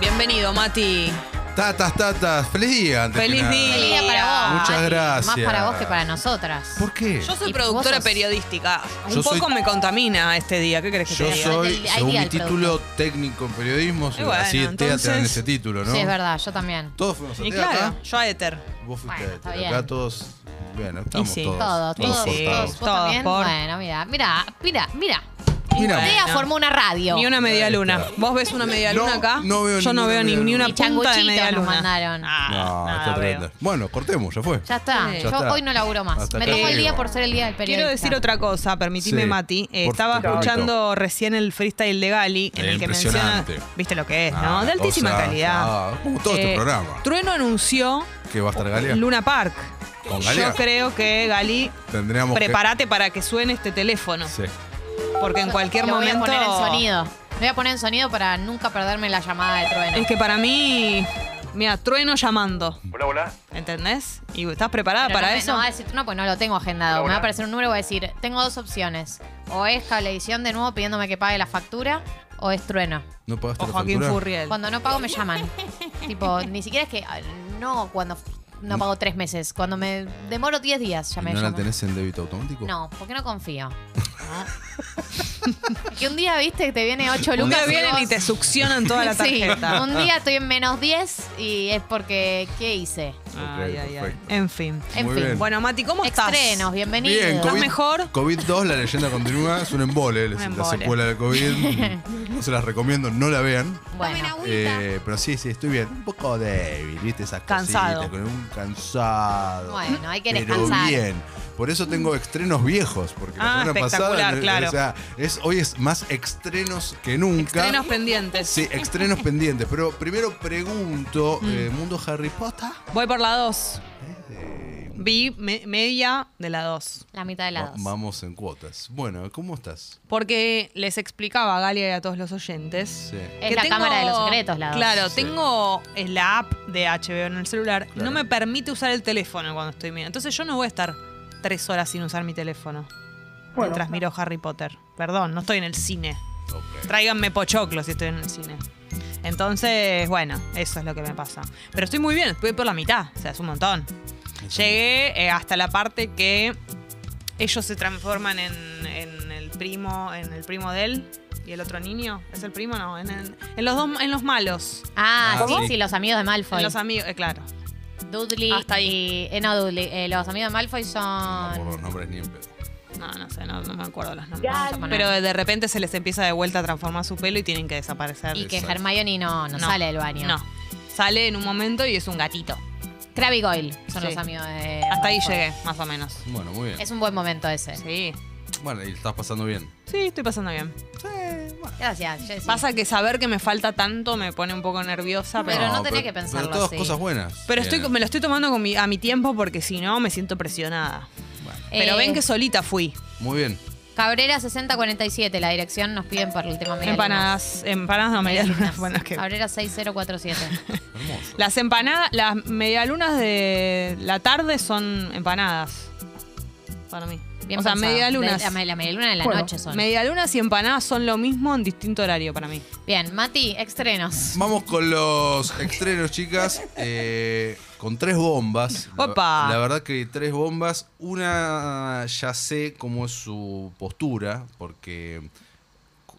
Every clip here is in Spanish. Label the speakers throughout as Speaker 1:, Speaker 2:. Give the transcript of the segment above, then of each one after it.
Speaker 1: Bienvenido, Mati.
Speaker 2: Tatas, tatas, feliz día antes
Speaker 1: Feliz
Speaker 2: que nada.
Speaker 1: día.
Speaker 3: Feliz día para vos.
Speaker 2: Muchas
Speaker 3: Mati.
Speaker 2: gracias.
Speaker 3: Más para vos que para nosotras.
Speaker 2: ¿Por qué?
Speaker 1: Yo soy
Speaker 3: Y
Speaker 1: productora
Speaker 3: vos sos-
Speaker 1: periodística. Un
Speaker 2: Yo soy-
Speaker 1: poco me contamina este día. ¿Qué crees que
Speaker 2: Yo
Speaker 1: te diga?
Speaker 3: soy-
Speaker 2: soy,
Speaker 3: Hay día
Speaker 2: según mi
Speaker 3: al
Speaker 2: título, técnico en periodismo,
Speaker 1: Y bueno,
Speaker 2: así en
Speaker 1: entonces-
Speaker 2: te dan ese título, ¿no?
Speaker 3: Sí, es verdad, yo también.
Speaker 2: Todos fuimos a
Speaker 1: Y
Speaker 2: TEA
Speaker 1: claro,
Speaker 2: acá,
Speaker 1: yo a Éter.
Speaker 2: vos fuiste
Speaker 3: Bueno,
Speaker 2: a
Speaker 3: está
Speaker 2: TEA.
Speaker 3: bien.
Speaker 2: Acá todos, bueno, estamos
Speaker 1: sí.
Speaker 2: todos.
Speaker 3: Todos,
Speaker 1: Y
Speaker 3: todos,
Speaker 1: sí.
Speaker 3: todos.
Speaker 2: cortados.
Speaker 3: ¿Vos
Speaker 1: Todos
Speaker 3: también?
Speaker 1: por-
Speaker 3: Bueno, mira, mira, mira, mira.
Speaker 2: Mira,
Speaker 3: Tea
Speaker 1: Bueno.
Speaker 3: formó una radio.
Speaker 1: Ni una media luna. ¿Vos ves una media luna
Speaker 2: No,
Speaker 1: acá?
Speaker 2: no veo
Speaker 1: Yo no
Speaker 2: ninguna
Speaker 1: veo ni,
Speaker 2: media
Speaker 1: ni
Speaker 2: luna.
Speaker 1: una
Speaker 3: Ni
Speaker 1: punta de
Speaker 3: changuchito
Speaker 1: media
Speaker 3: nos
Speaker 1: luna.
Speaker 3: mandaron.
Speaker 1: Ah,
Speaker 2: no,
Speaker 1: nada
Speaker 2: está
Speaker 1: veo.
Speaker 2: tremendo. Bueno, cortemos, ya fue.
Speaker 3: Ya está,
Speaker 1: Sí.
Speaker 3: yo
Speaker 2: Ya está.
Speaker 3: hoy no laburo más.
Speaker 2: Hasta
Speaker 3: Me
Speaker 2: acá
Speaker 3: tomo el día
Speaker 2: llego.
Speaker 3: por ser el día del periodista.
Speaker 1: Quiero decir otra cosa, permitime,
Speaker 2: Sí,
Speaker 1: Mati. Eh,
Speaker 2: por
Speaker 1: estaba
Speaker 2: supuesto.
Speaker 1: escuchando recién el freestyle de Gali, en
Speaker 2: Eh,
Speaker 1: el que menciona.
Speaker 2: impresionante.
Speaker 1: ¿Viste lo que es,
Speaker 2: Ah,
Speaker 1: no? De altísima
Speaker 2: cosa,
Speaker 1: calidad. Eh,
Speaker 2: ah, como todo este programa.
Speaker 1: Trueno anunció
Speaker 2: Que va a estar Galia.
Speaker 1: Luna Park.
Speaker 2: Con Galia.
Speaker 1: Yo creo que Gali,
Speaker 2: Tendríamos que-
Speaker 1: prepárate para que suene este teléfono.
Speaker 2: Sí.
Speaker 1: Porque en cualquier
Speaker 3: Lo
Speaker 1: momento.
Speaker 3: Voy a poner en sonido. Lo Voy a poner en sonido para nunca perderme la llamada de trueno.
Speaker 1: Es que para mí. Mira, trueno llamando.
Speaker 4: Hola, hola.
Speaker 1: ¿Entendés? ¿Y estás preparada
Speaker 3: Pero
Speaker 1: ah, para
Speaker 3: no me-
Speaker 1: eso?
Speaker 3: No, va a decir, no, pues no lo tengo agendado. Me
Speaker 4: Hola,
Speaker 3: va a
Speaker 4: hola.
Speaker 3: aparecer un número y voy a decir, tengo dos opciones. O es cablevisión de nuevo pidiéndome que pague la factura, o es trueno.
Speaker 2: ¿No pagaste
Speaker 1: o
Speaker 2: la
Speaker 1: Joaquín
Speaker 2: factura?
Speaker 1: Furriel.
Speaker 3: Cuando no pago me llaman. tipo, ni siquiera es que. ah, No, cuando f- no pago tres meses. Cuando me demoro diez días ya
Speaker 2: ¿Y
Speaker 3: me
Speaker 2: ¿No la
Speaker 3: llaman.
Speaker 2: tenés en débito automático?
Speaker 3: No, porque no confío. Es que un día, viste, que te viene ocho
Speaker 1: Un
Speaker 3: lucas.
Speaker 1: día vienen y te succionan toda la
Speaker 3: Sí,
Speaker 1: tarjeta.
Speaker 3: un día estoy en menos 10 y es porque, ¿qué hice?
Speaker 1: Ay,
Speaker 2: Ok,
Speaker 1: ay, ay.
Speaker 2: perfecto.
Speaker 1: En fin.
Speaker 3: En
Speaker 2: Muy
Speaker 3: fin.
Speaker 2: bien.
Speaker 1: Bueno, Mati, ¿cómo estás?
Speaker 3: Estrenos, bienvenidos.
Speaker 2: Bien,
Speaker 1: ¿Estás
Speaker 2: COVID,
Speaker 1: mejor?
Speaker 2: COVID-2, la leyenda continúa, es un embole, la- la
Speaker 1: embole.
Speaker 2: secuela del COVID. No se las recomiendo, no la vean.
Speaker 3: Bueno,
Speaker 2: Eh, pero sí, sí, estoy bien. Un poco débil, ¿viste? Esas
Speaker 1: Cansado.
Speaker 2: cositas, con un cansado.
Speaker 3: Bueno, hay que
Speaker 2: pero
Speaker 3: descansar.
Speaker 2: bien. Por eso tengo estrenos viejos, porque
Speaker 1: Ah,
Speaker 2: la semana pasada,
Speaker 1: espectacular, claro.
Speaker 2: o sea, es, hoy es más estrenos que nunca.
Speaker 1: Estrenos pendientes. Mm.
Speaker 2: Sí, estrenos pendientes. Pero primero pregunto, eh, ¿mundo Harry Potter?
Speaker 1: Voy por la 2.
Speaker 2: Eh,
Speaker 1: Vi me- media de la 2.
Speaker 3: la mitad de
Speaker 2: va-
Speaker 3: la dos.
Speaker 2: vamos en cuotas. Bueno, ¿cómo estás?
Speaker 1: Porque les explicaba a Galia y a todos los oyentes.
Speaker 2: Sí.
Speaker 3: Es la Cámara de los Secretos, la dos.
Speaker 1: Claro,
Speaker 2: Sí.
Speaker 1: tengo eh, la app de HBO en el celular y
Speaker 2: Claro.
Speaker 1: no me permite usar el teléfono cuando estoy mirando. Entonces yo no voy a estar tres horas sin usar mi teléfono mientras miro Harry Potter. Perdón, no estoy en el cine.
Speaker 2: Ok.
Speaker 1: Tráiganme pochoclos si estoy en el cine. Entonces, bueno, eso es lo que me pasa. Pero estoy muy bien, estuve por la mitad, o sea, es un montón. Llegué eh, hasta la parte que ellos se transforman en, en el primo, en el primo de él y el otro niño. ¿Es el primo? No, en, en- en los dos, en los malos.
Speaker 3: Ah,
Speaker 2: Ah,
Speaker 3: sí,
Speaker 2: sí.
Speaker 3: sí, los amigos de Malfoy.
Speaker 1: En los Ah, amigos, eh, claro.
Speaker 3: Dudley
Speaker 1: Hasta
Speaker 3: y. eh, no, Dudley. eh, los amigos de Malfoy
Speaker 2: No por
Speaker 3: son.
Speaker 2: los nombres ni en pedo.
Speaker 1: No, no sé, no, no me acuerdo los nombres.
Speaker 3: Vamos a poner-
Speaker 1: Pero de repente se les empieza de vuelta a transformar su pelo y tienen que desaparecer.
Speaker 3: Y que
Speaker 2: Exacto.
Speaker 3: Hermione no, no,
Speaker 1: No,
Speaker 3: sale del baño.
Speaker 1: No. Sale en un momento y es un gatito.
Speaker 3: Crabbe y Goyle son
Speaker 1: Sí.
Speaker 3: los amigos de.
Speaker 1: Hasta ahí
Speaker 3: Malfoy.
Speaker 1: llegué, más o menos.
Speaker 2: Bueno, muy bien.
Speaker 3: Es un buen momento ese.
Speaker 1: Sí.
Speaker 2: Bueno, y estás pasando bien.
Speaker 1: Sí, estoy pasando bien.
Speaker 3: Gracias, Jessy.
Speaker 1: Pasa que saber que me falta tanto me pone un poco nerviosa, pero.
Speaker 3: Pero no tenés que pensarlo
Speaker 2: Pero todas
Speaker 3: así.
Speaker 2: cosas buenas.
Speaker 1: Pero estoy,
Speaker 2: Bien.
Speaker 1: me lo estoy tomando con mi- a mi tiempo porque si no me siento presionada.
Speaker 2: Bueno,
Speaker 1: Pero
Speaker 3: Eh,
Speaker 1: ven que solita fui.
Speaker 2: muy bien.
Speaker 3: Cabrera 6047, la dirección nos piden por el tema media
Speaker 1: Empanadas, empanadas no, media luna. Bueno, es que-
Speaker 3: Cabrera 6047.
Speaker 2: Hermoso.
Speaker 1: Las empanadas, las medialunas de la tarde son empanadas. Para mí.
Speaker 3: Bien
Speaker 1: o sea,
Speaker 3: pensado.
Speaker 1: medialunas.
Speaker 3: De- La, la medialuna de la noche son.
Speaker 1: Medialunas y empanadas son lo mismo en distinto horario para mí.
Speaker 3: Bien, Mati, estrenos.
Speaker 2: Vamos con los estrenos, chicas. Eh, con tres bombas. La-
Speaker 1: Opa.
Speaker 2: La, verdad que tres bombas. Una ya sé cómo es su postura, porque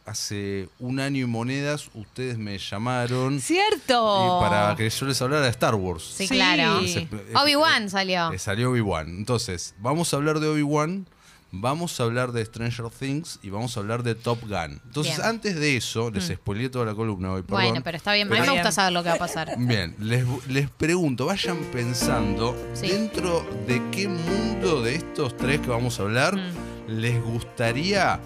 Speaker 2: hace un año y monedas ustedes me llamaron
Speaker 1: ¡Cierto!
Speaker 3: Oh.
Speaker 2: y para que yo les hablara de Star Wars.
Speaker 3: Sí,
Speaker 1: Sí.
Speaker 3: claro.
Speaker 1: Sí.
Speaker 3: Obi-Wan salió.
Speaker 2: Eh, salió Obi-Wan. Entonces, vamos a hablar de Obi-Wan, vamos a hablar de Stranger Things y vamos a hablar de Top Gun. Entonces,
Speaker 3: Bien. Mm.
Speaker 2: antes de eso, les spoileé toda la columna hoy, perdón.
Speaker 3: Bueno, pero está bien. A mí me
Speaker 1: Pero-
Speaker 3: gusta saber lo que va a pasar.
Speaker 2: Bien, les, les pregunto, vayan pensando
Speaker 3: Sí.
Speaker 2: dentro de qué mundo de estos tres que vamos a hablar
Speaker 3: Mm.
Speaker 2: les gustaría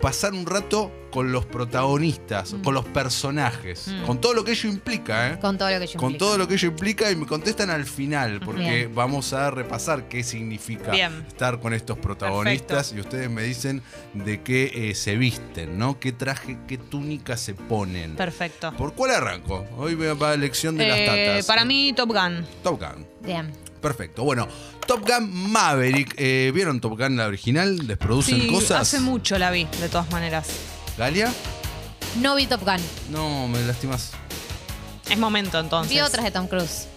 Speaker 2: pasar un rato con los protagonistas,
Speaker 3: Mm.
Speaker 2: con los personajes, con todo lo que ello implica, ¿eh?
Speaker 3: Con todo lo que yo
Speaker 2: con
Speaker 3: implica.
Speaker 2: todo lo que ello implica y me contestan al final, porque
Speaker 3: Bien.
Speaker 2: vamos a repasar qué significa
Speaker 1: Bien.
Speaker 2: estar con estos protagonistas y ustedes me dicen de qué eh, se visten, ¿no? ¿Qué traje, qué túnica se ponen?
Speaker 1: Perfecto.
Speaker 2: ¿Por cuál arranco? Hoy me va a elección de
Speaker 1: Eh,
Speaker 2: las tatas.
Speaker 1: para mí, Top Gun.
Speaker 2: Top Gun.
Speaker 3: Bien.
Speaker 2: Perfecto. Bueno, Top Gun Maverick. Eh, ¿Vieron Top Gun la original? ¿Les producen
Speaker 1: Sí,
Speaker 2: cosas?
Speaker 1: hace mucho la vi, de todas maneras.
Speaker 2: ¿Galia?
Speaker 3: No vi Top Gun.
Speaker 2: No, me lastimas.
Speaker 1: Es momento entonces.
Speaker 3: Vi otras de Tom Cruise.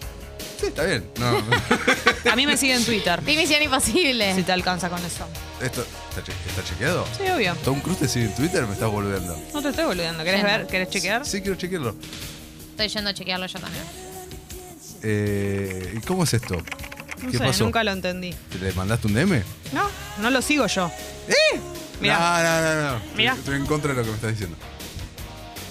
Speaker 2: Sí, está bien. No, no.
Speaker 1: A mí me sigue en Twitter.
Speaker 3: Vi Misión Imposible.
Speaker 1: si te alcanza con eso.
Speaker 2: Esto está, che- está chequeado.
Speaker 1: Eh. Sí, obvio.
Speaker 2: Tom Cruise te sigue en Twitter, me estás volviendo.
Speaker 1: No te estoy boludeando. ¿Querés
Speaker 3: Sí, no.
Speaker 1: ver? ¿Querés chequear?
Speaker 2: Sí, quiero chequearlo.
Speaker 3: Estoy yendo a chequearlo yo también.
Speaker 2: Eh, ¿Y cómo es esto?
Speaker 1: No
Speaker 2: ¿Qué
Speaker 1: sé,
Speaker 2: pasó?
Speaker 1: nunca lo entendí.
Speaker 2: ¿Te ¿Le mandaste un DM?
Speaker 1: No, no lo sigo yo. Mirá.
Speaker 2: No, no, no, no.
Speaker 1: Mirá.
Speaker 2: Estoy en contra de lo que me estás diciendo.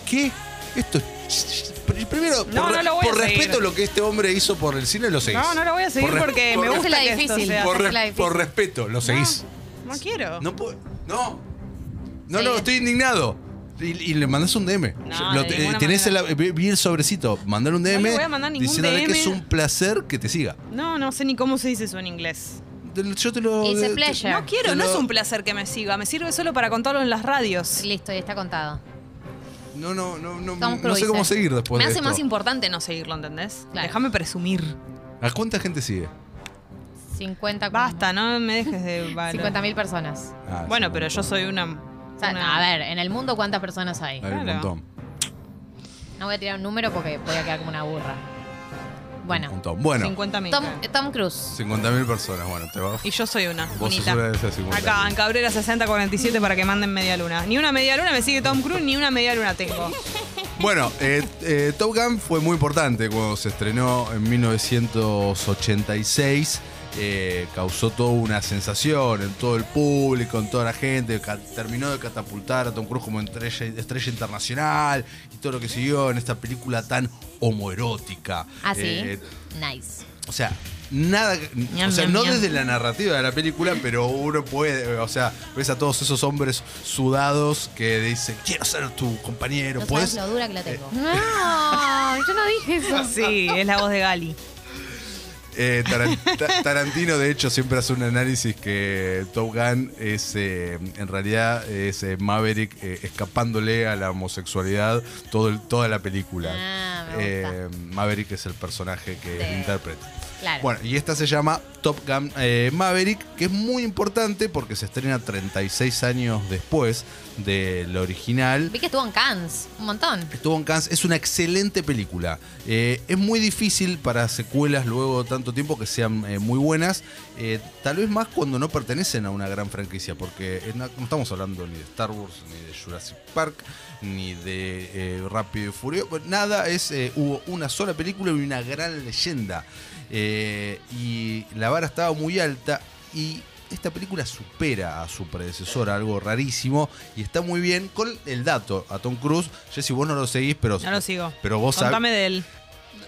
Speaker 2: ¿Qué? Esto es- pr- Primero,
Speaker 1: No,
Speaker 2: por,
Speaker 1: no lo voy
Speaker 2: por
Speaker 1: a seguir.
Speaker 2: respeto a lo que este hombre hizo por el cine, lo seguís.
Speaker 1: No, no lo voy a seguir
Speaker 2: Por res-
Speaker 1: porque me
Speaker 2: por
Speaker 1: gusta
Speaker 3: la
Speaker 1: que esto
Speaker 3: difícil.
Speaker 1: sea-
Speaker 2: Por,
Speaker 3: Hacete
Speaker 2: res-
Speaker 3: la difícil.
Speaker 2: por respeto, lo seguís.
Speaker 1: No quiero.
Speaker 2: No puedo. No. No,
Speaker 3: Sí.
Speaker 2: no, estoy indignado. Y, y le mandás un DM.
Speaker 1: No,
Speaker 2: Lo-
Speaker 1: de
Speaker 2: te-
Speaker 1: ninguna
Speaker 2: tenés el, vi- vi el sobrecito. Mandar un DM.
Speaker 1: le voy a mandar ningún
Speaker 2: diciéndole
Speaker 1: DM.
Speaker 2: que es un placer que te siga.
Speaker 1: No, no sé ni cómo se dice eso en inglés.
Speaker 2: Te- Yo te lo.
Speaker 3: It's a
Speaker 2: te-
Speaker 3: pleasure.
Speaker 1: No quiero,
Speaker 2: Te
Speaker 1: no
Speaker 2: lo-
Speaker 1: es un placer que me siga. Me sirve solo para contarlo en las radios.
Speaker 3: Listo, y está contado.
Speaker 2: No, no, no, no,
Speaker 3: Tom
Speaker 2: no sé
Speaker 3: Cruise.
Speaker 2: cómo seguir después
Speaker 1: Me
Speaker 2: de
Speaker 1: hace
Speaker 2: esto.
Speaker 1: más importante no seguirlo, ¿entendés?
Speaker 3: Claro.
Speaker 1: Déjame presumir.
Speaker 2: ¿A cuánta gente sigue?
Speaker 3: 50 como-
Speaker 1: Basta, no me dejes de valor.
Speaker 3: 50.000 personas.
Speaker 2: Ah,
Speaker 1: Bueno,
Speaker 2: sí,
Speaker 1: pero yo soy una.
Speaker 3: O sea,
Speaker 1: una-
Speaker 3: a ver, en el mundo cuántas personas hay.
Speaker 2: Hay un
Speaker 1: claro.
Speaker 2: montón.
Speaker 3: No voy a tirar un número porque voy a quedar como una burra.
Speaker 2: Un
Speaker 3: Bueno,
Speaker 2: montón. Bueno,
Speaker 1: 50 mil.
Speaker 3: Tom, Tom Cruise.
Speaker 2: 50.000 personas. Bueno, te vas.
Speaker 1: Y yo soy una.
Speaker 2: Vos sos
Speaker 1: unita.
Speaker 2: una de esas 50.000.
Speaker 1: Acá, en Cabrera 6047 para que manden media luna. Ni una media luna me sigue Tom Cruise, ni una media luna tengo.
Speaker 2: Bueno, eh, eh, Top Gun fue muy importante cuando se estrenó en 1986. eh, causó toda una sensación en todo el público, en toda la gente. ca- Terminó de catapultar a Tom Cruise como estrella, estrella internacional y todo lo que siguió en esta película tan homoerótica.
Speaker 3: Así.
Speaker 2: Eh,
Speaker 3: Ah, nice.
Speaker 2: o sea, nada. O sea, no desde la narrativa de la película, pero uno puede. O sea, ves a todos esos hombres sudados que dicen: Quiero ser tu compañero.
Speaker 3: No
Speaker 2: ¿Puedes? Eh.
Speaker 3: sabes lo dura que la tengo. No, yo no dije eso.
Speaker 1: Sí, es la voz de Gali.
Speaker 2: Eh, Taran- Ta- Tarantino, de hecho, siempre hace un análisis que Top Gun es, eh, en realidad, es eh, Maverick eh, escapándole a la homosexualidad todo el- toda la película.
Speaker 3: Ah, me gusta.
Speaker 2: Eh, Maverick es el personaje que
Speaker 3: Sí.
Speaker 2: él interpreta.
Speaker 3: Claro.
Speaker 2: Bueno, y esta se llama Top Gun eh, Maverick, que es muy importante porque se estrena 36 años después del original.
Speaker 3: Vi que estuvo en Cannes, un montón.
Speaker 2: Estuvo en Cannes, es una excelente película. Eh, es muy difícil para secuelas luego de tanto tiempo que sean eh, muy buenas, eh, tal vez más cuando no pertenecen a una gran franquicia, porque en- no estamos hablando ni de Star Wars, ni de Jurassic Park, ni de eh, Rápido y Furioso, nada, es eh, hubo una sola película y una gran leyenda. Eh, y la vara estaba muy alta y esta película supera a su predecesora, algo rarísimo, y está muy bien con el dato a Tom Cruise. Jesse, vos no lo seguís, pero,
Speaker 1: No lo sigo.
Speaker 2: pero vos sabés.
Speaker 1: Contame de él.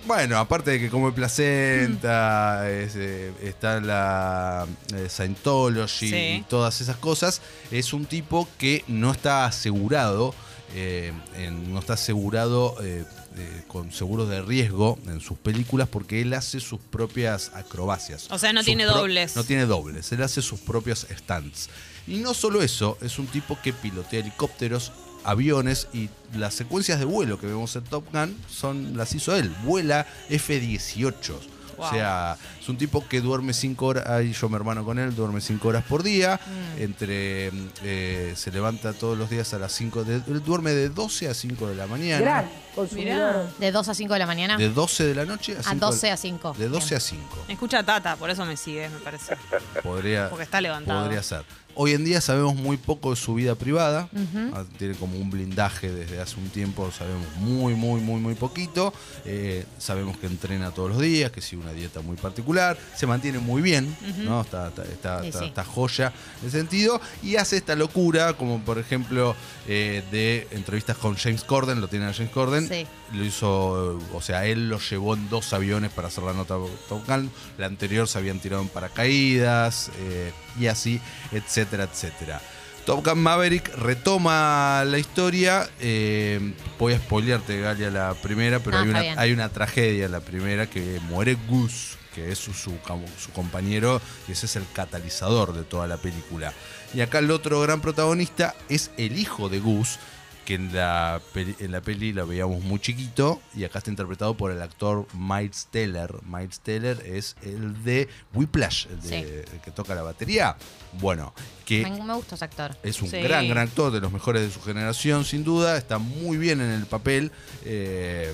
Speaker 2: Bueno, aparte de que come placenta,
Speaker 1: Mm.
Speaker 2: es, eh, está la eh, Scientology
Speaker 1: Sí.
Speaker 2: y todas esas cosas, es un tipo que no está asegurado, eh, en- no está asegurado eh, eh, con seguros de riesgo en sus películas porque él hace sus propias acrobacias.
Speaker 1: O sea, no
Speaker 2: Sus
Speaker 1: tiene
Speaker 2: pro-
Speaker 1: dobles.
Speaker 2: No tiene dobles, él hace sus propios stunts. Y no solo eso, es un tipo que pilotea helicópteros, aviones y las secuencias de vuelo que vemos en Top Gun son las hizo él. Vuela F-18.
Speaker 1: Wow.
Speaker 2: O sea, es un tipo que duerme 5 horas, ahí yo me hermano con él, duerme 5 horas por día, entre mm, eh, se levanta todos los días a las 5, de- él duerme de 12 a 5 de la mañana,
Speaker 4: Gran consumidor.
Speaker 3: De 2 a 5 de la mañana.
Speaker 2: de 12 de la noche a 5.
Speaker 3: a 12 a 5.
Speaker 2: De 12
Speaker 3: Bien.
Speaker 2: a 5,
Speaker 1: Me escucha Tata, por eso me sigue, me parece.
Speaker 2: podría,
Speaker 1: Porque está levantado.
Speaker 2: podría ser. Hoy en día sabemos muy poco de su vida privada.
Speaker 3: Ujú.
Speaker 2: Ah, Tiene como un blindaje desde hace un tiempo, sabemos muy, muy, muy, muy poquito. Eh, sabemos que entrena todos los días, que sigue una dieta muy particular, se mantiene muy bien, ¿no? Está, está- está-
Speaker 3: Sí,
Speaker 2: está-
Speaker 3: sí.
Speaker 2: está joya en ese sentido. Y hace esta locura, como por ejemplo eh, de entrevistas con James Corden, lo tiene a James Corden.
Speaker 3: Sí.
Speaker 2: Lo hizo, eh, o sea, él lo llevó en dos aviones para hacer la nota Top Gun. La anterior se habían tirado en paracaídas eh, y así, etcétera, etcétera. Top Gun Maverick retoma la historia. eh, voy a spoilearte, Galia, la primera, pero
Speaker 3: No,
Speaker 2: hay,
Speaker 3: Ah, está
Speaker 2: una,
Speaker 3: bien.
Speaker 2: hay una tragedia en la primera que muere Goose, que es su, su cam- su compañero, y ese es el catalizador de toda la película. Y acá el otro gran protagonista es el hijo de Goose, que en la peli, en la peli lo veíamos muy chiquito, y acá está interpretado por el actor Miles Teller. Miles Teller es el de Whiplash, el, de-
Speaker 3: Sí.
Speaker 2: el que toca la batería. Bueno, que
Speaker 3: Me, me gusta ese actor.
Speaker 2: es un
Speaker 1: Sí.
Speaker 2: gran, gran actor, de los mejores de su generación, sin duda. Está muy bien en el papel. eh,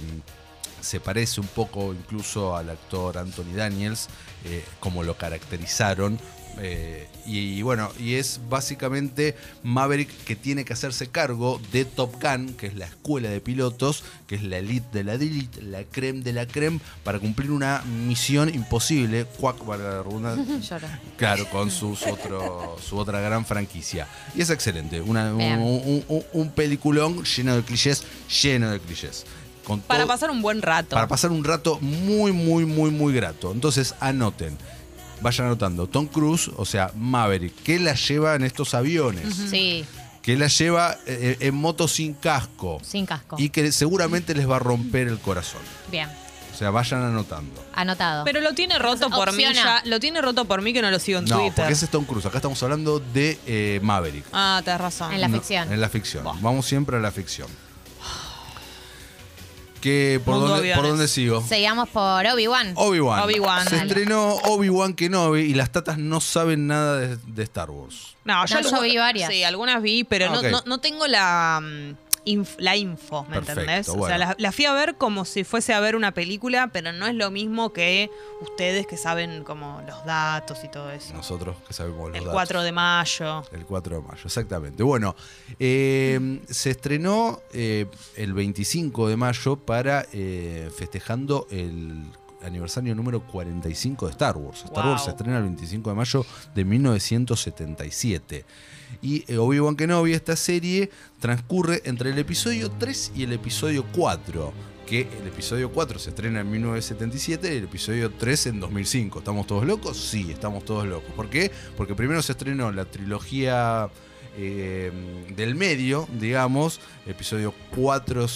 Speaker 2: se parece un poco incluso al actor Anthony Daniels, eh, como lo caracterizaron. Eh, y, y bueno, y es básicamente Maverick que tiene que hacerse cargo de Top Gun, que es la escuela de pilotos, que es la elite de la elite, la creme de la creme, para cumplir una misión imposible, cuac para la redundancia,
Speaker 3: Lloro.
Speaker 2: Claro, con sus otro, su otra gran franquicia. Y es excelente. Una- un,
Speaker 3: Bien.
Speaker 2: un- un- un peliculón lleno de clichés, lleno de clichés. Con
Speaker 1: Para
Speaker 2: todo-
Speaker 1: pasar un buen rato.
Speaker 2: para pasar un rato muy, muy, muy, muy grato. Entonces, anoten. Vayan anotando. Tom Cruise, o sea, Maverick, que la lleva en estos aviones,
Speaker 3: Sí,
Speaker 2: que la lleva eh, en moto sin casco
Speaker 3: sin casco.
Speaker 2: y que seguramente les va a romper el corazón.
Speaker 3: Bien,
Speaker 2: O sea, vayan anotando.
Speaker 3: anotado.
Speaker 1: Pero lo tiene roto por mí
Speaker 3: Opciona.
Speaker 1: ya. Lo tiene roto por mí que no lo sigo en
Speaker 2: No,
Speaker 1: Twitter.
Speaker 2: porque ese es Tom Cruise. Acá estamos hablando de eh, Maverick.
Speaker 1: Ah, tenés razón.
Speaker 3: En la
Speaker 2: No,
Speaker 3: ficción.
Speaker 2: En la ficción. Vamos siempre a la ficción. Que, ¿por,
Speaker 1: Mundo
Speaker 2: dónde, ¿Por
Speaker 1: aviones.
Speaker 2: dónde sigo?
Speaker 3: Seguimos por Obi-Wan.
Speaker 2: Obi-Wan.
Speaker 1: Obi-Wan.
Speaker 2: Se
Speaker 1: Dale.
Speaker 2: estrenó Obi-Wan Kenobi y las tatas no saben nada de, de Star Wars.
Speaker 1: No, yo,
Speaker 3: No,
Speaker 1: algu-
Speaker 3: yo vi varias.
Speaker 1: Sí, algunas vi, pero
Speaker 2: Ah,
Speaker 1: no,
Speaker 2: ok.
Speaker 1: no, no tengo la, mm, inf- la info, ¿me
Speaker 2: Perfecto,
Speaker 1: entendés? O
Speaker 2: bueno.
Speaker 1: sea, la, la fui a ver como si fuese a ver una película, pero no es lo mismo que ustedes que saben como los datos y todo eso.
Speaker 2: Nosotros que sabemos los
Speaker 1: El
Speaker 2: datos.
Speaker 1: 4 de mayo.
Speaker 2: El 4 de mayo, exactamente. Bueno, eh, se estrenó eh, el 25 de mayo para eh, festejando el aniversario número 45 de Star Wars. Star Wars
Speaker 1: Wow.
Speaker 2: se estrena el 25 de mayo de 1977. Y eh, Obi-Wan Kenobi, esta serie, transcurre entre el episodio 3 y el episodio 4. Que el episodio 4 se estrena en 1977 y el episodio 3 en 2005. ¿Estamos todos locos? Sí, estamos todos locos. ¿Por qué? Porque primero se estrenó la trilogía eh, del medio, digamos, episodio 4,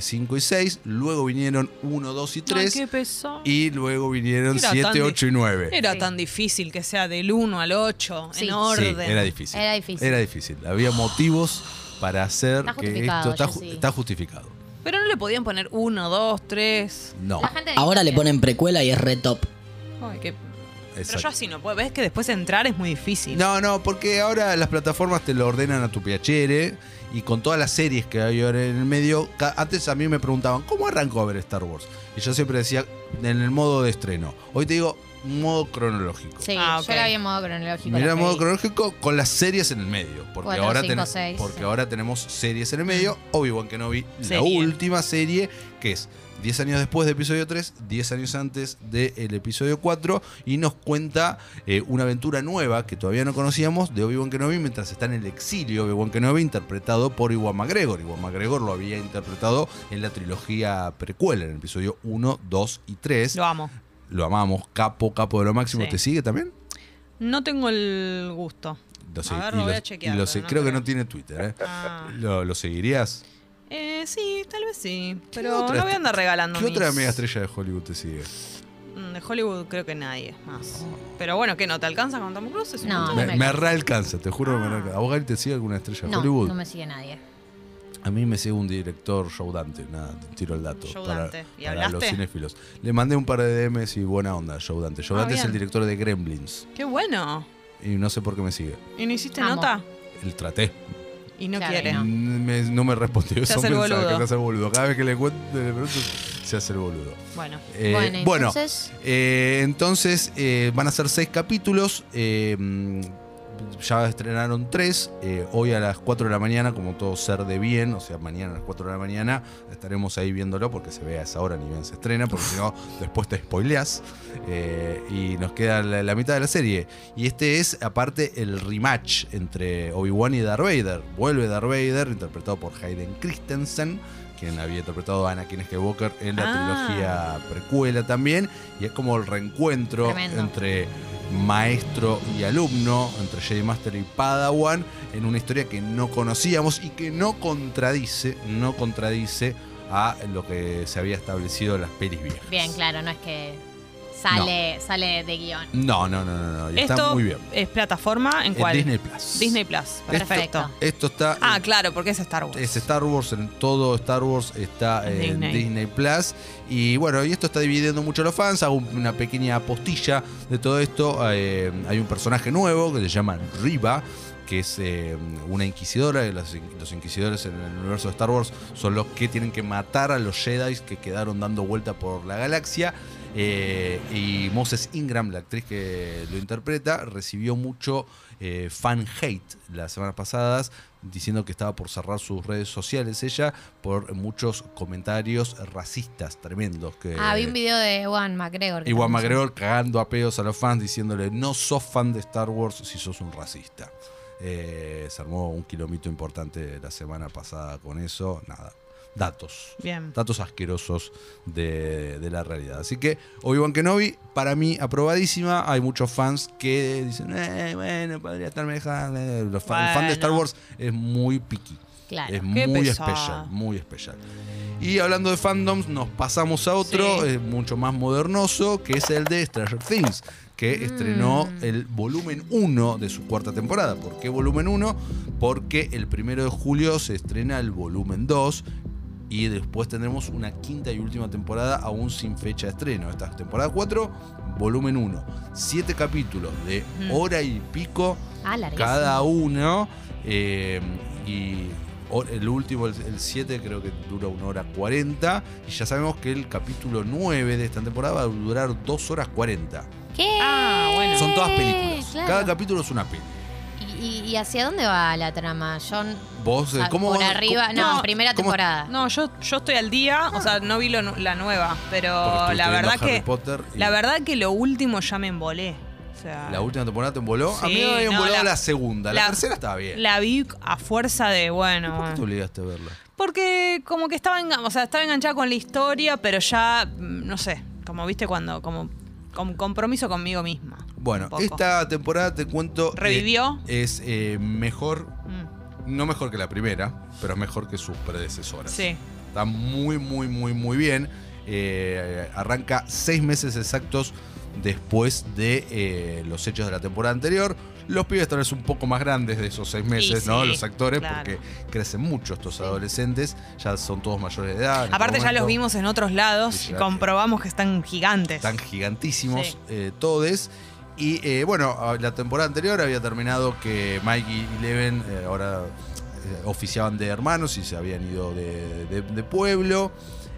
Speaker 2: 5 y 6. Luego vinieron 1, 2 y 3.
Speaker 1: Ay, qué pesado.
Speaker 2: Y luego vinieron
Speaker 1: Era
Speaker 2: 7,
Speaker 1: tan
Speaker 2: 8 y 9.
Speaker 1: Era
Speaker 3: Sí.
Speaker 1: tan difícil que sea del 1 al 8
Speaker 3: Sí. Sí,
Speaker 1: en
Speaker 2: Sí,
Speaker 1: orden.
Speaker 2: era difícil.
Speaker 3: Era difícil.
Speaker 2: Era difícil. Había motivos para hacer
Speaker 3: Está
Speaker 2: que esto
Speaker 3: justificado,
Speaker 2: está, ju-
Speaker 3: Jessy.
Speaker 2: está justificado.
Speaker 1: Pero no le podían poner 1, 2, 3.
Speaker 2: No.
Speaker 3: La gente
Speaker 4: Ahora le
Speaker 3: discute.
Speaker 4: ponen precuela y es re top.
Speaker 1: Ay, qué- Pero
Speaker 2: exacto.
Speaker 1: yo así no puedo. Ves que después entrar es muy difícil.
Speaker 2: No, no, porque ahora las plataformas te lo ordenan a tu piachere y con todas las series que hay ahora en el medio, ca- antes a mí me preguntaban, ¿cómo arranco a ver Star Wars? Y yo siempre decía, en el modo de estreno. Hoy te digo, modo cronológico.
Speaker 3: Sí,
Speaker 1: Ah, ok.
Speaker 3: yo la vi en modo cronológico.
Speaker 2: Mira
Speaker 3: la
Speaker 2: el modo
Speaker 3: pedí.
Speaker 2: cronológico con las series en el medio. Porque,
Speaker 3: Cuatro,
Speaker 2: ahora,
Speaker 3: cinco,
Speaker 2: tenemos-
Speaker 3: seis,
Speaker 2: porque
Speaker 3: sí. Mm.
Speaker 2: ahora tenemos series en el medio. Obi-Wan Kenobi, la
Speaker 1: Serie.
Speaker 2: última serie, que es 10 años después de episodio 3, 10 años antes del episodio 4, y nos cuenta eh, una aventura nueva que todavía no conocíamos de Obi-Wan Kenobi mientras está en el exilio. Obi-Wan Kenobi interpretado por Iwan McGregor. Iwan McGregor lo había interpretado en la trilogía precuela, en el episodio 1, 2 y 3.
Speaker 1: Lo amo.
Speaker 2: Lo amamos, capo, capo de lo máximo.
Speaker 1: Sí.
Speaker 2: ¿Te sigue también?
Speaker 1: No tengo el gusto.
Speaker 2: Lo
Speaker 1: A
Speaker 2: segui-
Speaker 1: ver,
Speaker 2: y
Speaker 1: lo voy
Speaker 2: lo-
Speaker 1: a chequear,
Speaker 2: y lo
Speaker 1: pero
Speaker 2: se-
Speaker 1: no
Speaker 2: creo que
Speaker 1: creo.
Speaker 2: no tiene Twitter, ¿eh?
Speaker 1: Ah.
Speaker 2: ¿Lo, lo seguirías?
Speaker 1: Eh, sí, tal vez sí.
Speaker 2: ¿Qué
Speaker 1: Pero
Speaker 2: otra
Speaker 1: no voy a andar regalando
Speaker 2: ¿Qué otra
Speaker 1: mis-
Speaker 2: mega estrella de Hollywood te sigue?
Speaker 1: Mm, De Hollywood creo que nadie más.
Speaker 2: Ah.
Speaker 1: Pero bueno, ¿qué no? ¿Te alcanza con Tom Cruise? Es un
Speaker 3: No.
Speaker 1: montón.
Speaker 2: me
Speaker 3: me
Speaker 2: me
Speaker 3: alcanza.
Speaker 2: realcanza, te juro que me
Speaker 1: Ah.
Speaker 2: realcanza. ¿A vos, Gaby, te sigue alguna estrella de
Speaker 3: No,
Speaker 2: Hollywood?
Speaker 3: no me sigue nadie.
Speaker 2: A mí me sigue un director, Joe Dante, nada, te tiro el dato.
Speaker 1: Joe
Speaker 2: para,
Speaker 1: Dante. ¿Y
Speaker 2: para
Speaker 1: hablaste?
Speaker 2: los cinéfilos. Le mandé un par de DMs y buena onda, Joe Dante. Joe
Speaker 1: Ah,
Speaker 2: Dante es el
Speaker 1: bien.
Speaker 2: director de Gremlins.
Speaker 1: Qué bueno.
Speaker 2: Y no sé por qué me sigue.
Speaker 1: ¿Y no hiciste
Speaker 3: Amo.
Speaker 1: nota?
Speaker 2: El traté.
Speaker 1: Y no
Speaker 3: Claro,
Speaker 1: quiere.
Speaker 3: no.
Speaker 2: N- me- no me respondió.
Speaker 1: Se
Speaker 2: Son
Speaker 1: hace el
Speaker 2: mensajes,
Speaker 1: boludo.
Speaker 2: Se hace el boludo. Cada vez que le cuento, le pregunto, se hace el boludo.
Speaker 1: Bueno.
Speaker 2: Eh,
Speaker 3: bueno,
Speaker 2: bueno,
Speaker 3: entonces.
Speaker 2: Eh, entonces eh, van a ser seis capítulos. eh, mm, ya estrenaron tres. eh, hoy a las 4 de la mañana, como todo ser de bien, o sea, mañana a las 4 de la mañana estaremos ahí viéndolo porque se ve a esa hora ni bien se estrena, porque si no, después te spoileás. eh, y nos queda la, la mitad de la serie. Y este es, aparte, el rematch entre Obi-Wan y Darth Vader. Vuelve Darth Vader, interpretado por Hayden Christensen, quien había interpretado a Anakin Skywalker en la
Speaker 1: Ah.
Speaker 2: trilogía precuela también. Y es como el reencuentro
Speaker 3: Tremendo.
Speaker 2: entre maestro y alumno, entre Jedi Master y Padawan, en una historia que no conocíamos y que no contradice, no contradice a lo que se había establecido en las pelis viejas.
Speaker 3: Bien, claro, no es que sale, sale de guión.
Speaker 2: No, no, no, no, no. y está
Speaker 1: Esto
Speaker 2: muy bien.
Speaker 1: es plataforma en
Speaker 2: En
Speaker 1: cuál?
Speaker 2: Disney Plus.
Speaker 1: Disney Plus. Perfecto.
Speaker 3: Esto-
Speaker 2: Esto está.
Speaker 1: Ah, claro, porque es Star Wars.
Speaker 2: Es Star Wars, en todo Star Wars está
Speaker 1: En
Speaker 2: en Disney.
Speaker 1: Disney.
Speaker 2: Plus. Y bueno, y esto está dividiendo mucho a los fans. Hago un- una pequeña apostilla de todo esto. Eh, hay un personaje nuevo que se llama Riva, que es eh, una inquisidora, y las in- los inquisidores en el universo de Star Wars son los que tienen que matar a los Jedi que quedaron dando vuelta por la galaxia. Eh, y Moses Ingram, la actriz que lo interpreta, recibió mucho eh, fan hate las semanas pasadas, diciendo que estaba por cerrar sus redes sociales ella por muchos comentarios racistas tremendos. Que,
Speaker 3: Ah, vi un video de Juan McGregor. que
Speaker 2: Igual
Speaker 3: también-
Speaker 2: Eh, McGregor cagando a pedos a los fans diciéndole no sos fan de Star Wars si sos un racista. Eh, se armó un kilómetro importante la semana pasada con eso. Nada, datos.
Speaker 1: Bien.
Speaker 2: Datos asquerosos de, de la realidad. Así que Obi-Wan Kenobi, para mí, aprobadísima. Hay muchos fans que dicen, eh, bueno, podría estarme dejando. Los fan- El fan de Star
Speaker 1: Bueno.
Speaker 2: Wars es muy piqui.
Speaker 3: Claro.
Speaker 2: Es
Speaker 1: Qué
Speaker 2: muy
Speaker 1: pesado.
Speaker 2: especial, muy especial. Y hablando de fandoms, nos pasamos a otro,
Speaker 1: Sí.
Speaker 2: eh, mucho más modernoso, que es el de Stranger Things, que
Speaker 1: Mm.
Speaker 2: estrenó el volumen 1 de su cuarta temporada. ¿Por qué volumen 1? Porque el primero de julio se estrena el volumen 2. Y después tendremos una quinta y última temporada aún sin fecha de estreno. Esta es temporada 4, volumen 1. Siete capítulos de
Speaker 1: Ujú.
Speaker 2: hora y pico
Speaker 3: Ah, larguísimo.
Speaker 2: cada uno. eh, y o- el último, el- el 7, creo que dura una hora 40. Y ya sabemos que el capítulo 9 de esta temporada va a durar 2 horas 40.
Speaker 3: ¿Qué?
Speaker 1: Ah, bueno.
Speaker 2: Son todas películas.
Speaker 3: Claro.
Speaker 2: Cada capítulo es una peli.
Speaker 3: ¿Y, y, y hacia dónde va la trama? John.
Speaker 2: Vos, eh,
Speaker 3: Ah,
Speaker 2: ¿cómo
Speaker 3: por
Speaker 2: vas-
Speaker 3: arriba.
Speaker 2: cómo-
Speaker 3: no,
Speaker 1: no,
Speaker 3: primera
Speaker 2: cómo-
Speaker 3: temporada.
Speaker 1: No, yo, yo estoy al día, o sea, no vi lo nu- la nueva,
Speaker 2: porque
Speaker 1: pero
Speaker 2: estuviste
Speaker 1: la
Speaker 2: viendo
Speaker 1: verdad
Speaker 2: Harry
Speaker 1: que
Speaker 2: Potter y
Speaker 1: la verdad que lo último ya me embolé. O sea,
Speaker 2: la última temporada te envoló. a mí
Speaker 1: Sí,
Speaker 2: me había
Speaker 1: no,
Speaker 2: envolado la,
Speaker 1: la-
Speaker 2: segunda. La,
Speaker 1: la-
Speaker 2: tercera estaba bien.
Speaker 1: la vi a fuerza de, bueno,
Speaker 2: ¿Por qué te
Speaker 1: bueno.
Speaker 2: obligaste a verla?
Speaker 1: porque como que estaba, engan- o sea, estaba enganchada con la historia, pero ya, mm, no sé, como viste cuando, como, como compromiso conmigo misma. un
Speaker 2: Bueno,
Speaker 1: poco.
Speaker 2: esta temporada te cuento. eh,
Speaker 1: ¿Revivió?
Speaker 2: es eh, mejor,
Speaker 1: Mm,
Speaker 2: no mejor que la primera, pero es mejor que sus predecesoras.
Speaker 1: sí.
Speaker 2: Está muy, muy, muy, muy bien. Eh, arranca seis meses exactos después de eh, los hechos de la temporada anterior. Los pibes tal vez un poco más grandes de esos seis meses,
Speaker 1: sí,
Speaker 2: ¿no? Los actores,
Speaker 1: claro.
Speaker 2: porque crecen mucho estos adolescentes. Ya son todos mayores de edad. en
Speaker 1: Aparte
Speaker 2: este
Speaker 1: ya los
Speaker 2: momento.
Speaker 1: vimos en otros lados
Speaker 2: Sí,
Speaker 1: y
Speaker 2: ya
Speaker 1: comprobamos que están gigantes.
Speaker 2: Están gigantísimos
Speaker 1: Sí.
Speaker 2: eh, todes. Y eh, bueno, a- la temporada anterior había terminado que Mike y Leven eh, ahora eh, oficiaban de hermanos y se habían ido de, de- de pueblo.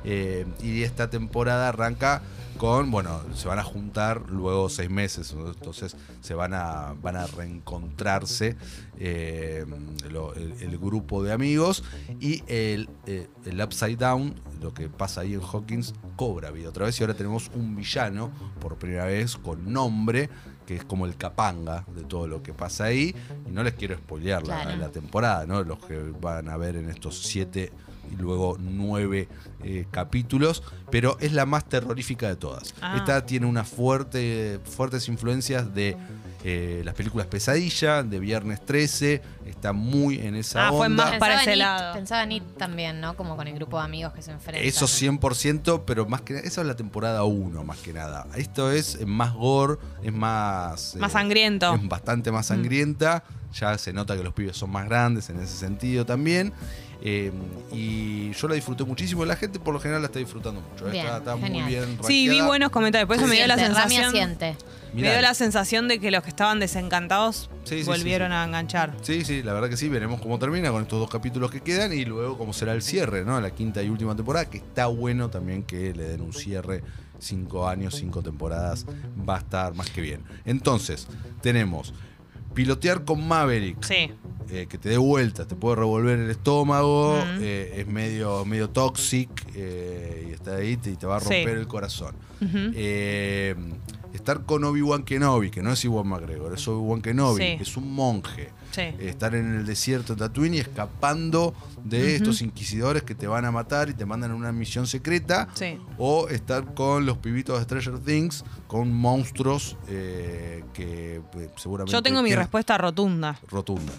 Speaker 2: Eh, y esta temporada arranca con, bueno, se van a juntar luego seis meses, ¿no? entonces se van a, van a reencontrarse eh, lo- el, el grupo de amigos y el, eh, el Upside Down, lo que pasa ahí en Hawkins, cobra vida otra vez y ahora tenemos un villano por primera vez con nombre, que es como el capanga de todo lo que pasa ahí. Y no les quiero spoilear la-
Speaker 3: Claro.
Speaker 2: la, temporada, ¿no? Los que van a ver en estos siete y luego nueve eh, capítulos, pero es la más terrorífica de todas.
Speaker 1: Ah.
Speaker 2: Esta tiene unas fuerte, fuertes influencias de eh, las películas Pesadilla, de Viernes 13, está muy en esa
Speaker 1: Ah,
Speaker 2: onda.
Speaker 1: fue más
Speaker 3: Pensaba
Speaker 1: para
Speaker 3: en
Speaker 1: ese
Speaker 3: It,
Speaker 1: lado.
Speaker 3: Pensaba en It también, ¿no? Como con el grupo de amigos que se enfrentan.
Speaker 2: Eso 100%, pero más que eso es la temporada 1, más que nada. Esto es eh, más gore, es más... eh,
Speaker 1: Más sangriento. Mm.
Speaker 2: Es bastante más sangrienta. Ya se nota que los pibes son más grandes en ese sentido también. Eh, y yo la disfruté muchísimo. La gente por lo general la está disfrutando mucho. eh.
Speaker 3: Bien,
Speaker 2: está está muy
Speaker 3: genial.
Speaker 2: bien.
Speaker 1: Sí, vi
Speaker 2: rankeada.
Speaker 1: buenos comentarios, por eso me dio la
Speaker 3: Siente, Rami
Speaker 1: sensación.
Speaker 3: asiente.
Speaker 2: Mirá.
Speaker 1: Me dio la sensación de que los que estaban desencantados
Speaker 2: Sí, sí, sí,
Speaker 1: volvieron
Speaker 2: sí.
Speaker 1: a enganchar.
Speaker 2: Sí, sí, la verdad que sí. Veremos cómo termina con estos dos capítulos que quedan y luego cómo será el cierre, ¿no? La quinta y última temporada, que está bueno también que le den un cierre. Cinco años, cinco temporadas, va a estar más que bien. Entonces, tenemos pilotear con Maverick,
Speaker 1: Sí.
Speaker 2: eh, que te dé vueltas, te puede revolver el estómago,
Speaker 1: Mm.
Speaker 2: eh, es medio, medio toxic eh, y está ahí te- y te va a
Speaker 1: Sí.
Speaker 2: romper el corazón.
Speaker 1: Ujú.
Speaker 2: Eh, estar con Obi-Wan Kenobi, que no es Iwan McGregor, es Obi-Wan Kenobi,
Speaker 1: Sí.
Speaker 2: que es un monje.
Speaker 1: Sí.
Speaker 2: Estar en el desierto en Tatooine y escapando de estos inquisidores que te van a matar y te mandan a una misión secreta.
Speaker 1: Sí.
Speaker 2: O estar con los pibitos de Stranger Things, con monstruos eh, que eh, seguramente.
Speaker 1: Yo tengo mi
Speaker 2: tienen-
Speaker 1: respuesta rotunda
Speaker 2: Rotunda.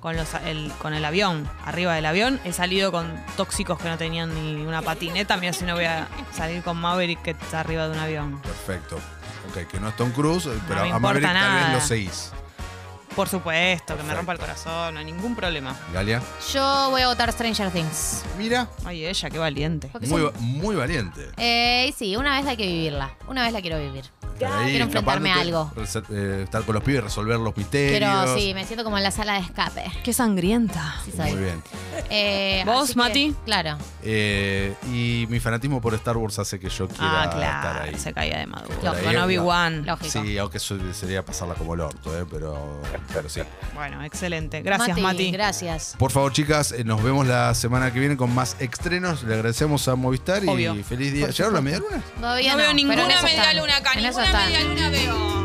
Speaker 1: con, los, el, con el avión. Arriba del avión he salido con tóxicos que no tenían ni una patineta. Mira si no voy a salir con Maverick que está arriba de un avión.
Speaker 2: Perfecto. Ok, que no es Tom Cruise, eh, pero
Speaker 1: me
Speaker 2: a Maverick
Speaker 1: importa
Speaker 2: tal vez
Speaker 1: nada.
Speaker 2: lo seguís.
Speaker 1: Por supuesto, que
Speaker 2: Perfecto.
Speaker 1: me rompa el corazón, no hay ningún problema.
Speaker 2: Galia.
Speaker 3: Yo voy a votar Stranger Things.
Speaker 2: Mira,
Speaker 1: Ay, ella, qué valiente.
Speaker 3: Porque
Speaker 2: muy,
Speaker 3: son-
Speaker 2: va- muy valiente.
Speaker 3: Eh, sí, una vez hay que vivirla. Una vez la quiero vivir.
Speaker 2: Estar ahí,
Speaker 3: Quiero enfrentarme a
Speaker 2: escapándote, rese- eh, estar con los pibes, resolver los misterios.
Speaker 3: Quiero, sí, me siento como en la sala de escape.
Speaker 1: Qué sangrienta.
Speaker 3: Sí soy.
Speaker 2: Muy bien.
Speaker 3: Eh,
Speaker 1: ¿Vos,
Speaker 3: así que,
Speaker 1: Mati?
Speaker 3: claro.
Speaker 2: Eh, y mi fanatismo por Star Wars hace que yo quiera
Speaker 1: Ah,
Speaker 2: estar ahí.
Speaker 1: claro. Se caía de maduro.
Speaker 2: Por ahí,
Speaker 1: Con
Speaker 2: claro.
Speaker 1: Obi-Wan.
Speaker 3: Lógico.
Speaker 2: Sí, aunque eso sería pasarla como el orto, eh, pero, pero sí.
Speaker 1: Bueno, excelente. Gracias, Mati.
Speaker 3: Gracias.
Speaker 2: Por favor, chicas, eh, nos vemos la semana que viene con más estrenos. Le agradecemos a Movistar
Speaker 1: Obvio.
Speaker 2: y feliz día.
Speaker 1: Por
Speaker 2: ¿Llegaron las medialunas?
Speaker 3: Todavía
Speaker 1: No
Speaker 3: no,
Speaker 1: veo
Speaker 3: pero en
Speaker 1: ninguna
Speaker 3: eso
Speaker 1: media
Speaker 3: están.
Speaker 1: luna acá.
Speaker 3: En eso
Speaker 1: Ninguna
Speaker 3: están.
Speaker 1: media luna veo.